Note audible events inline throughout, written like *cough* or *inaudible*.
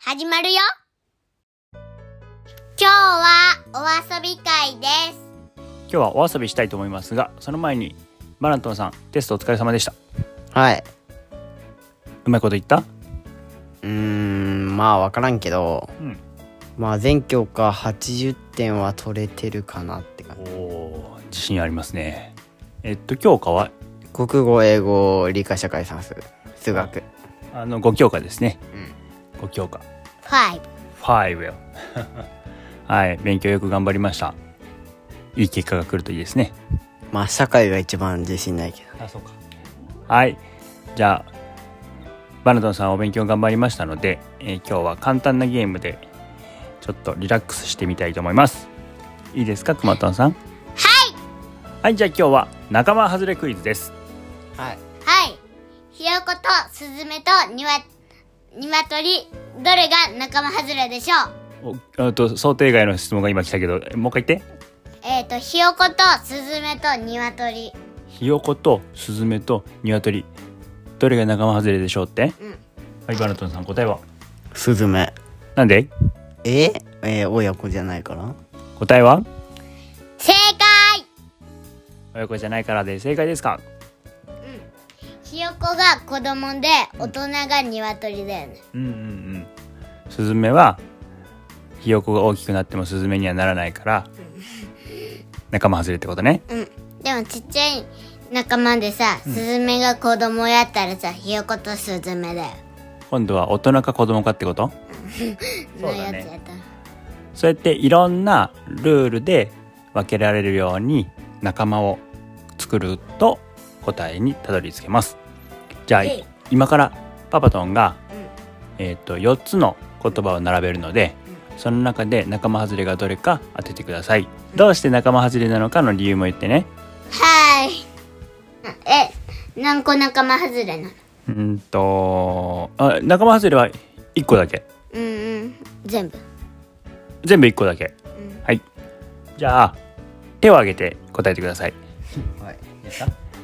始まるよ今日はお遊び会です今日はお遊びしたいと思いますがその前にバラントンさんテストお疲れ様でしたはい。うまいこと言ったうーん、まあ分からんけど、うんまあ全教科80点は取れてるかなって感じ。おお自信ありますねえっと教科は国語、英語、理科、社会、算数、数学。あの5教科ですね、5教科5 5よ *laughs* はい勉強よく頑張りましたいい結果が来るといいですねまあ社会が一番自信ないけど。あそうかはいじゃあバナトンさんお勉強頑張りましたので、えー今日は簡単なゲームでちょっとリラックスしてみたいと思いますいいですかくまとんさんはいはいじゃあ今日は仲間外れクイズですはい。はいひよことスズメとにわにわとりどれが仲間外れでしょうおあと想定外の質問が今来たけどえもう一回言ってえっ、とひよことスズメとにわとりひよことスズメとニワトリどれが仲間外れでしょうって、うんはいバナトンさん答えはスズメ。なんでええー親子じゃないから答えは正解親子じゃないからで正解ですかひよこが子供で大人がニワトリだよねうんうんうんスズメはひよこが大きくなってもスズメにはならないから仲間外れってことねうんでもちっちゃい仲間でさ、スズメが子供やったらさひよことスズメだよ今度は大人か子供かってことそのうだやねつやったらそうやっていろんなルールで分けられるように仲間を作ると答えにたどり着けますじゃあえい今からパパトンが、うんえー、と4つの言葉を並べるのでその中で仲間外れがどれか当ててくださいどうして仲間外れなのかの理由も言ってねはいえ何個仲間外れなのうーんとあ仲間外れは1個だけうんうん全部全部1個だけ、んはいじゃあ手を挙げて答えてくださいはい。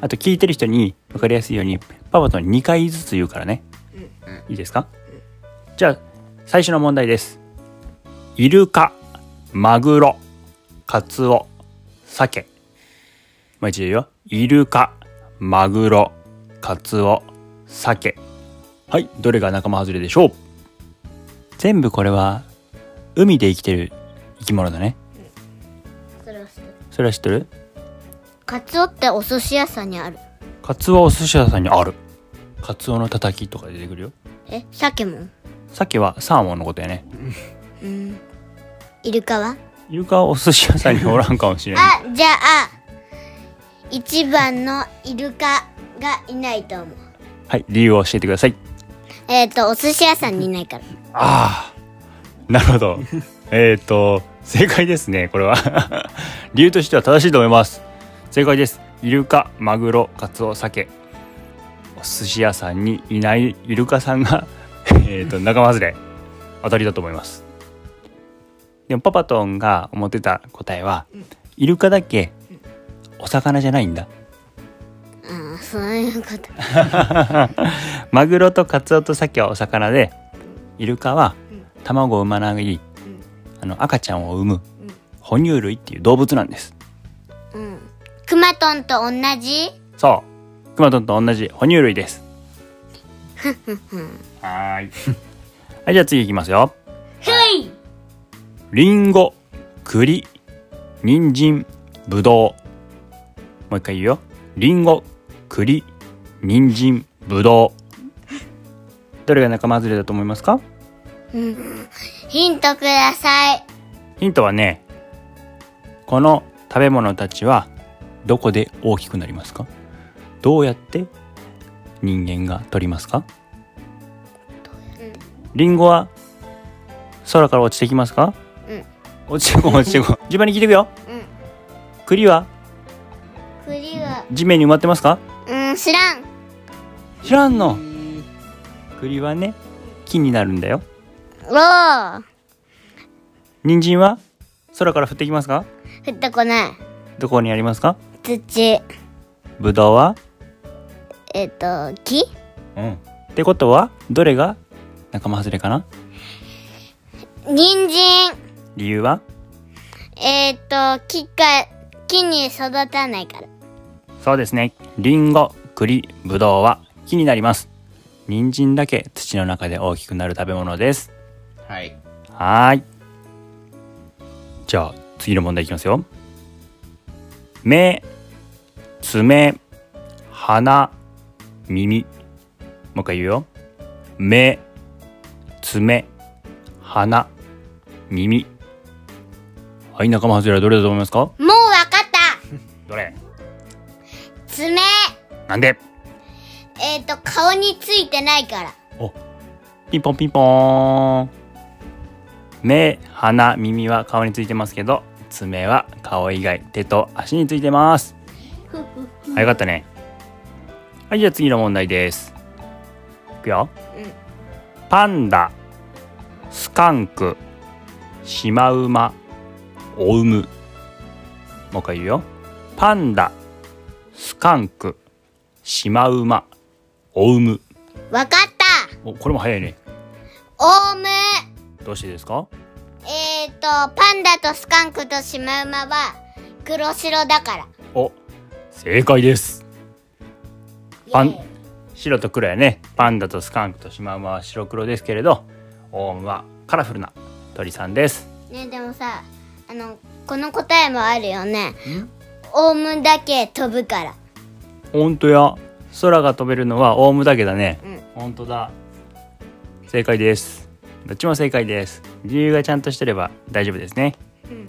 あと聞いてる人に分かりやすいようにパパと2回ずつ言うからね、いいですか、じゃあ最初の問題ですイルカマグロカツオサケもう一度言うよイルカマグロカツオサケはいどれが仲間外れでしょう全部これは海で生きてる生き物だねそれは知ってるそれは知ってるカツオってお寿司屋さんにあるカツオはお寿司屋さんにあるカツオのたたきとか出てくるよえ鮭もさっきはサーモンのことやね。うんイルカはイルカはお寿司屋さんにおらんかもしれない。あじゃあ一番のイルカがいないと思うはい、理由を教えてください。えっ、とお寿司屋さんにいないからああ、なるほど。えっと、正解ですね、これは。 *laughs* 理由としては正しいと思います。正解です。イルカ、マグロ、カツオ、サケ。お寿司屋さんにいないイルカさんが、 *laughs* えっと、仲間外れ。当たりだと思います。でも、パパトンが思ってた答えは、イルカだけ、お魚じゃないんだ。うんそういうことマグロとカツオとサケはお魚でイルカは卵を産まない、あの赤ちゃんを産む哺乳類っていう動物なんですうんクマトンと同じそうクマトンと同じ哺乳類ですはーいはいじゃあ次いきますよはいリンゴ栗人参ぶどうもう一回言うよリンゴ栗人参ぶどうどれが仲間外れだと思いますかヒントくださいヒントはね、この食べ物たちはどこで大きくなりますかどうやって人間が取りますかリンゴは空から落ちてきますか、うん落ちてこ落ちて *laughs* こ順番に聞いていくよ、うん栗は栗は地面に埋まってますかうん知らん知らんの栗はね木になるんだよおお人参は空から降ってきますか降ってこないどこにありますか土ぶどうはえっ、と木ってことはどれが仲間外れかな人参理由はえっ、と木か木に育たないからそうですね。リンゴ、栗、ブドウは木になります。人参だけ土の中で大きくなる食べ物です。はいはーい。じゃあ、次の問題いきますよ。目、爪、鼻、耳。もう一回言うよ。目、爪、鼻、耳。はい、仲間外れはどれだと思いますかもうわかったどれ爪なんでえっ、と顔についてないからおピンポンピンポーン目鼻耳は顔についてますけど爪は顔以外手と足についてますあよかったねはいじゃあ次の問題ですいくよ、うんパンダスカンクシマウマオウムもう一回言うよパンダスカンクシマウマオウムわかったおこれも早いねオウムどうしてですかえっ、とパンダとスカンクとシマウマは黒白だからお正解ですパイエンーイ白と黒やねパンダとスカンクとシマウマは白黒ですけれどオウムはカラフルな鳥さんですねでもさあのこの答えもあるよねオウムだけ飛ぶからほんとや空が飛べるのはオウムだけだね、うんほんとだ正解ですどっちも正解です理由がちゃんとしてれば大丈夫ですね、うん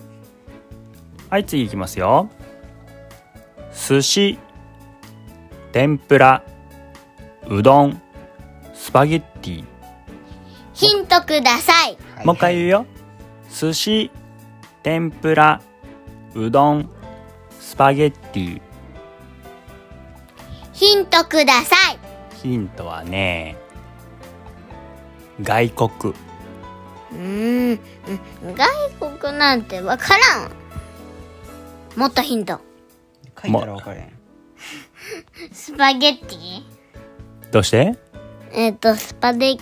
はい次いきますよ寿司天ぷらうどんスパゲッティヒントくださいはいもう一回言うよ。寿司、天ぷら、うどん、スパゲッティ。ヒントくださいヒントはね、外国。うーん外国なんてわからんもっとヒント書いたら分かるやんスパゲッティどうしてえっ、とスパデん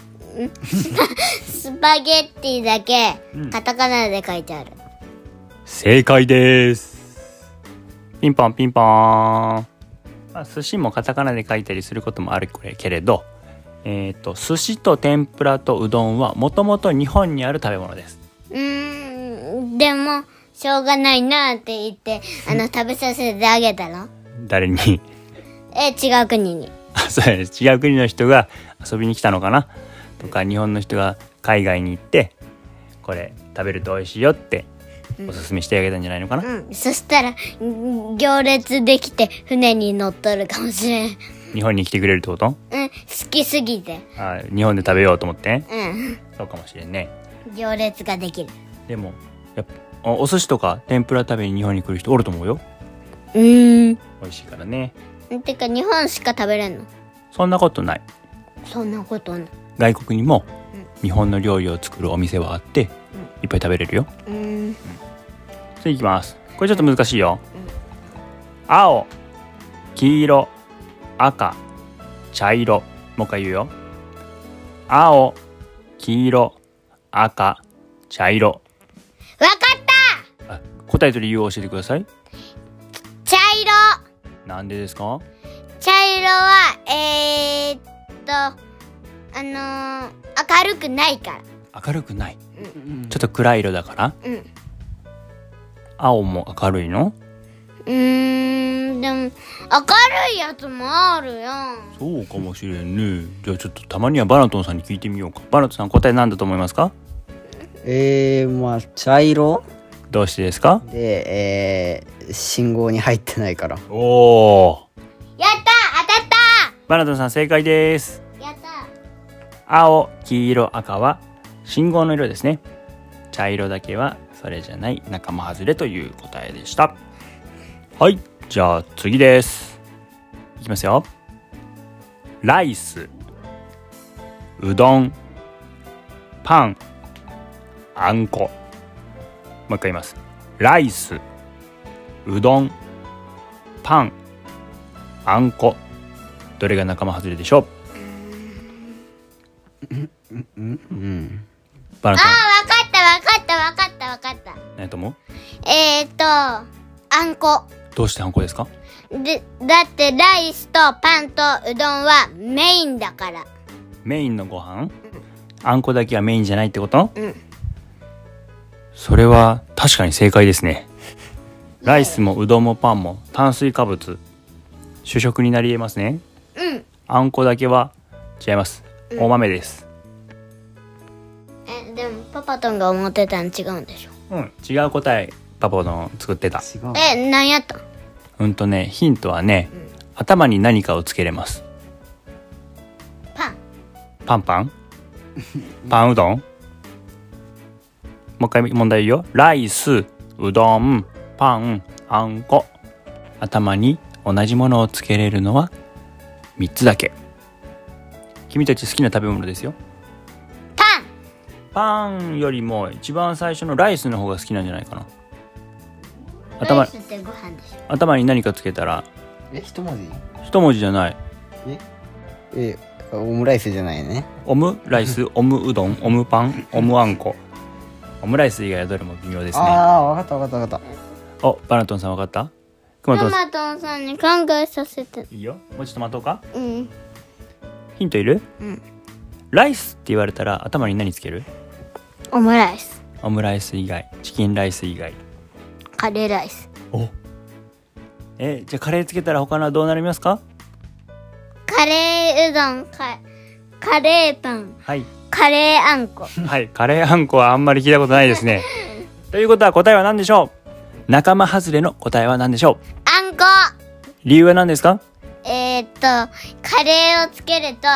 *laughs* スパゲッティだけうんカタカナで書いてある、正解です。ピンポンピンポーン。まあ、寿司もカタカナで書いたりすることもあるけれど、えっ、と、寿司と天ぷらとうどんはもともと日本にある食べ物です。うーんでもしょうがないなって言ってあの食べさせてあげたの誰に *laughs* え違う国にあそうやね違う国の人が遊びに来たのかなとか日本の人が海外に行ってこれ食べると美味しいよっておすすめしてあげたんじゃないのかな、うん、そしたらん行列できて船に乗っとるかもしれん、うん、日本に来てくれるってこと好きすぎてあ日本で食べようと思ってうんそうかもしれんね行列ができるでもやっぱおお寿司とか天ぷら食べに日本に来る人おると思うようーん美味しいからねてか日本しか食べれんのそんなことないそんなことない外国にも日本の料理を作るお店はあっていっぱい食べれるようーん次いきますこれちょっと難しいよ、青黄色赤茶色もう一回言うよ青黄色赤茶色わかったあ答えと理由を教えてください茶色なんでですか茶色はえー、っとあのー、明るくないから明るくないうんちょっと暗い色だからうんう青も明るいのーんでも明るいやつもあるよそうかもしれんねじゃあちょっとたまにはバナトンさんに聞いてみようかバナトンさん答えなんだと思いますかえー、まあ茶色どうしてですかで、えー、信号に入ってないからおおやったバナトンさん正解です当たったやった青黄色赤は信号の色ですね茶色だけはそれじゃない仲間外れという答えでしたはいじゃあ次ですいきますよライスうどんパンあんこもう一回言いますライスうどんパンあんこどれが仲間外れでしょううんバナさあんわかったわ何と思うえー、っと、あんこ。どうしてハンコですかで、だってライスとパンとうどんはメインだから。メインのご飯あんこだけはメインじゃないってことうんそれは確かに正解ですねライスもうどんもパンも炭水化物主食になり得ますねうん。あんこだけは違いますお豆ですえ、でもパパトンが思ってたん違うんでしょ。うん違う答えパパの作ってた違うえ、なんやったんうんとねヒントはね頭に何かをつけれますパン。パンパンパンうどんもう一回問題言うよライスうどんパンあんこ頭に同じものをつけれるのは3つだけ君たち好きな食べ物ですよパンパンよりも一番最初のライスの方が好きなんじゃないかなラ頭イスってご飯でしょ。頭に何かつけたらえ一文字一文字じゃないえオムライスじゃないねオムライスオムうどんオムパンオムあんこオムライス以外はどれも微妙ですねああ分かった分かった分かっおバナトンさんわかったくまとトんさマトンさんに考えさせて。んいいよもうちょっと待とうかうん。ヒントいるうんライスって言われたら頭に何つけるオムライス。オムライス以外チキンライス以外カレーライス。おえじゃあカレーつけたら他のはどうなりますかカレーうどん、カカレーパン、はいカレーあんこ。 *laughs* はいカレーあんこはあんまり聞いたことないで *laughs* すねということは答えは何でしょう仲間外れの答えは何でしょうあんこ理由は何ですかえー、っと、カレーをつけると、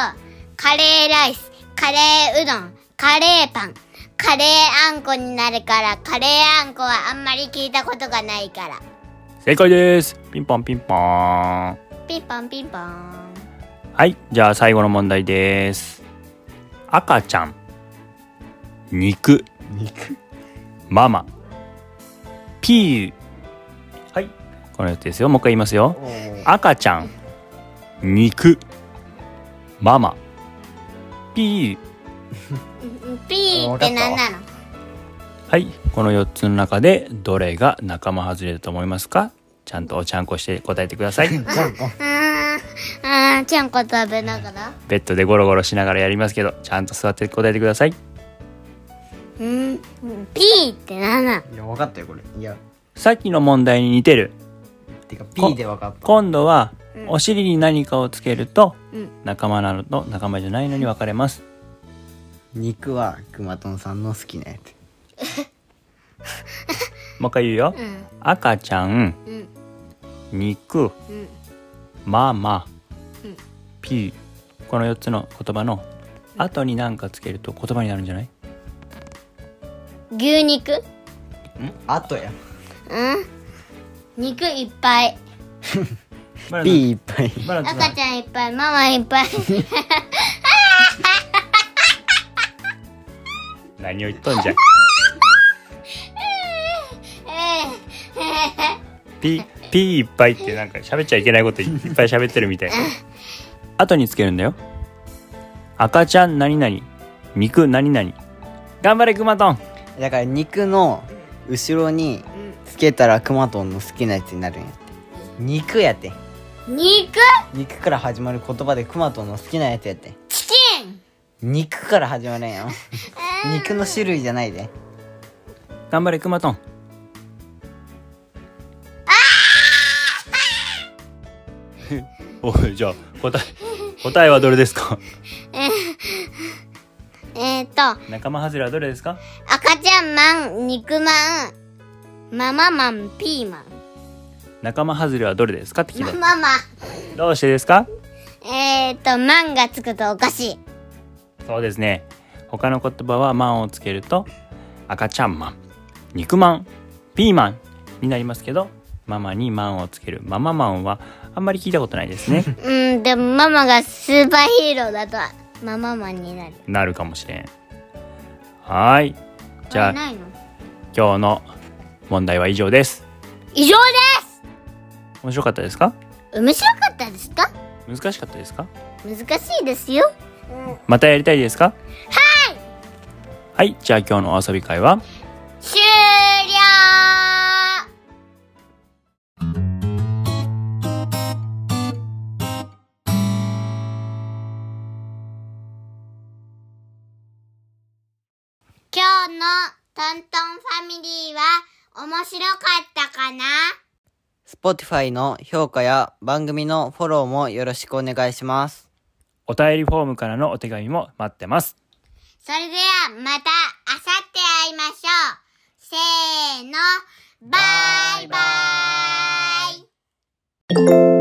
カレーライス、カレーうどん、カレーパン、カレーあんこになるから、カレーあんこはあんまり聞いたことがないから。正解ですピンポンピンポーンピンポンピンポン。はい、じゃあ最後の問題です。赤ちゃん、肉、た肉ママ、ピー。はい、このやつですよ。もう一回言いますよ。赤ちゃん、肉、ママ、ピー。ピーってなんなのはい、この4つの中でどれが仲間外れだと思いますかちゃんとおちゃんこして答えてくだ *laughs* さい。あー、あー、ちゃんこ食べながら。ベッドでゴロゴロしながらやりますけど、ちゃんと座って答えてください。うん、ピーってなんなのいや分かったよこれいやさっきの問題に似てる。てか P で分かった今度はお尻に何かをつけるとうん仲間なのと仲間じゃないのに分かれます肉はくまとんさんの好きなやつもう一回言うようん、赤ちゃんうん、肉うん。ママうんピーこの4つの言葉の後に何かつけると言葉になるんじゃない牛肉あとやうん肉いっぱい P いっぱいバナナ赤ちゃんいっぱいママいっぱ *laughs* い何を言っとんじゃピーピーいっぱいってなんか喋っちゃいけないこといいっぱい喋ってるみたいな後につけるんだよ赤ちゃん何々肉何々頑張れくまとんだから肉の後ろにつけたらくまとんの好きなやつになるんやって肉やって肉肉から始まる言葉でくまとんの好きなやつやってチキン肉から始まるんや肉の種類じゃないで頑張れくまとん *laughs* おいじゃあ答え答えはどれですかえー、っと仲間外れはどれですか赤ちゃんマン肉マンマママンピーマン仲間外れはどれですかって聞いマたママどうしてですかえー、っとマンがつくとおかしいそうですね他の言葉は「マン」をつけると「赤ちゃんマン」「肉マン」「ピーマン」になりますけどママに「マン」をつける「マママン」はあんまり聞いたことないですねうんでもママがスーパーヒーローだとマママンになるなるかもしれんはーいじゃああないの今日の問題は以上です以上です面白かったですか面白かったですか難しかったですか難しいですよまたやりたいですかはいはいじゃあ今日のお遊び会は終了トントンファミリーは面白かったかな Spotify の評価や番組のフォローもよろしくお願いします。お便りフォームからのお手紙も待ってます。それではまたあさって会いましょう。せーの、バイバイ。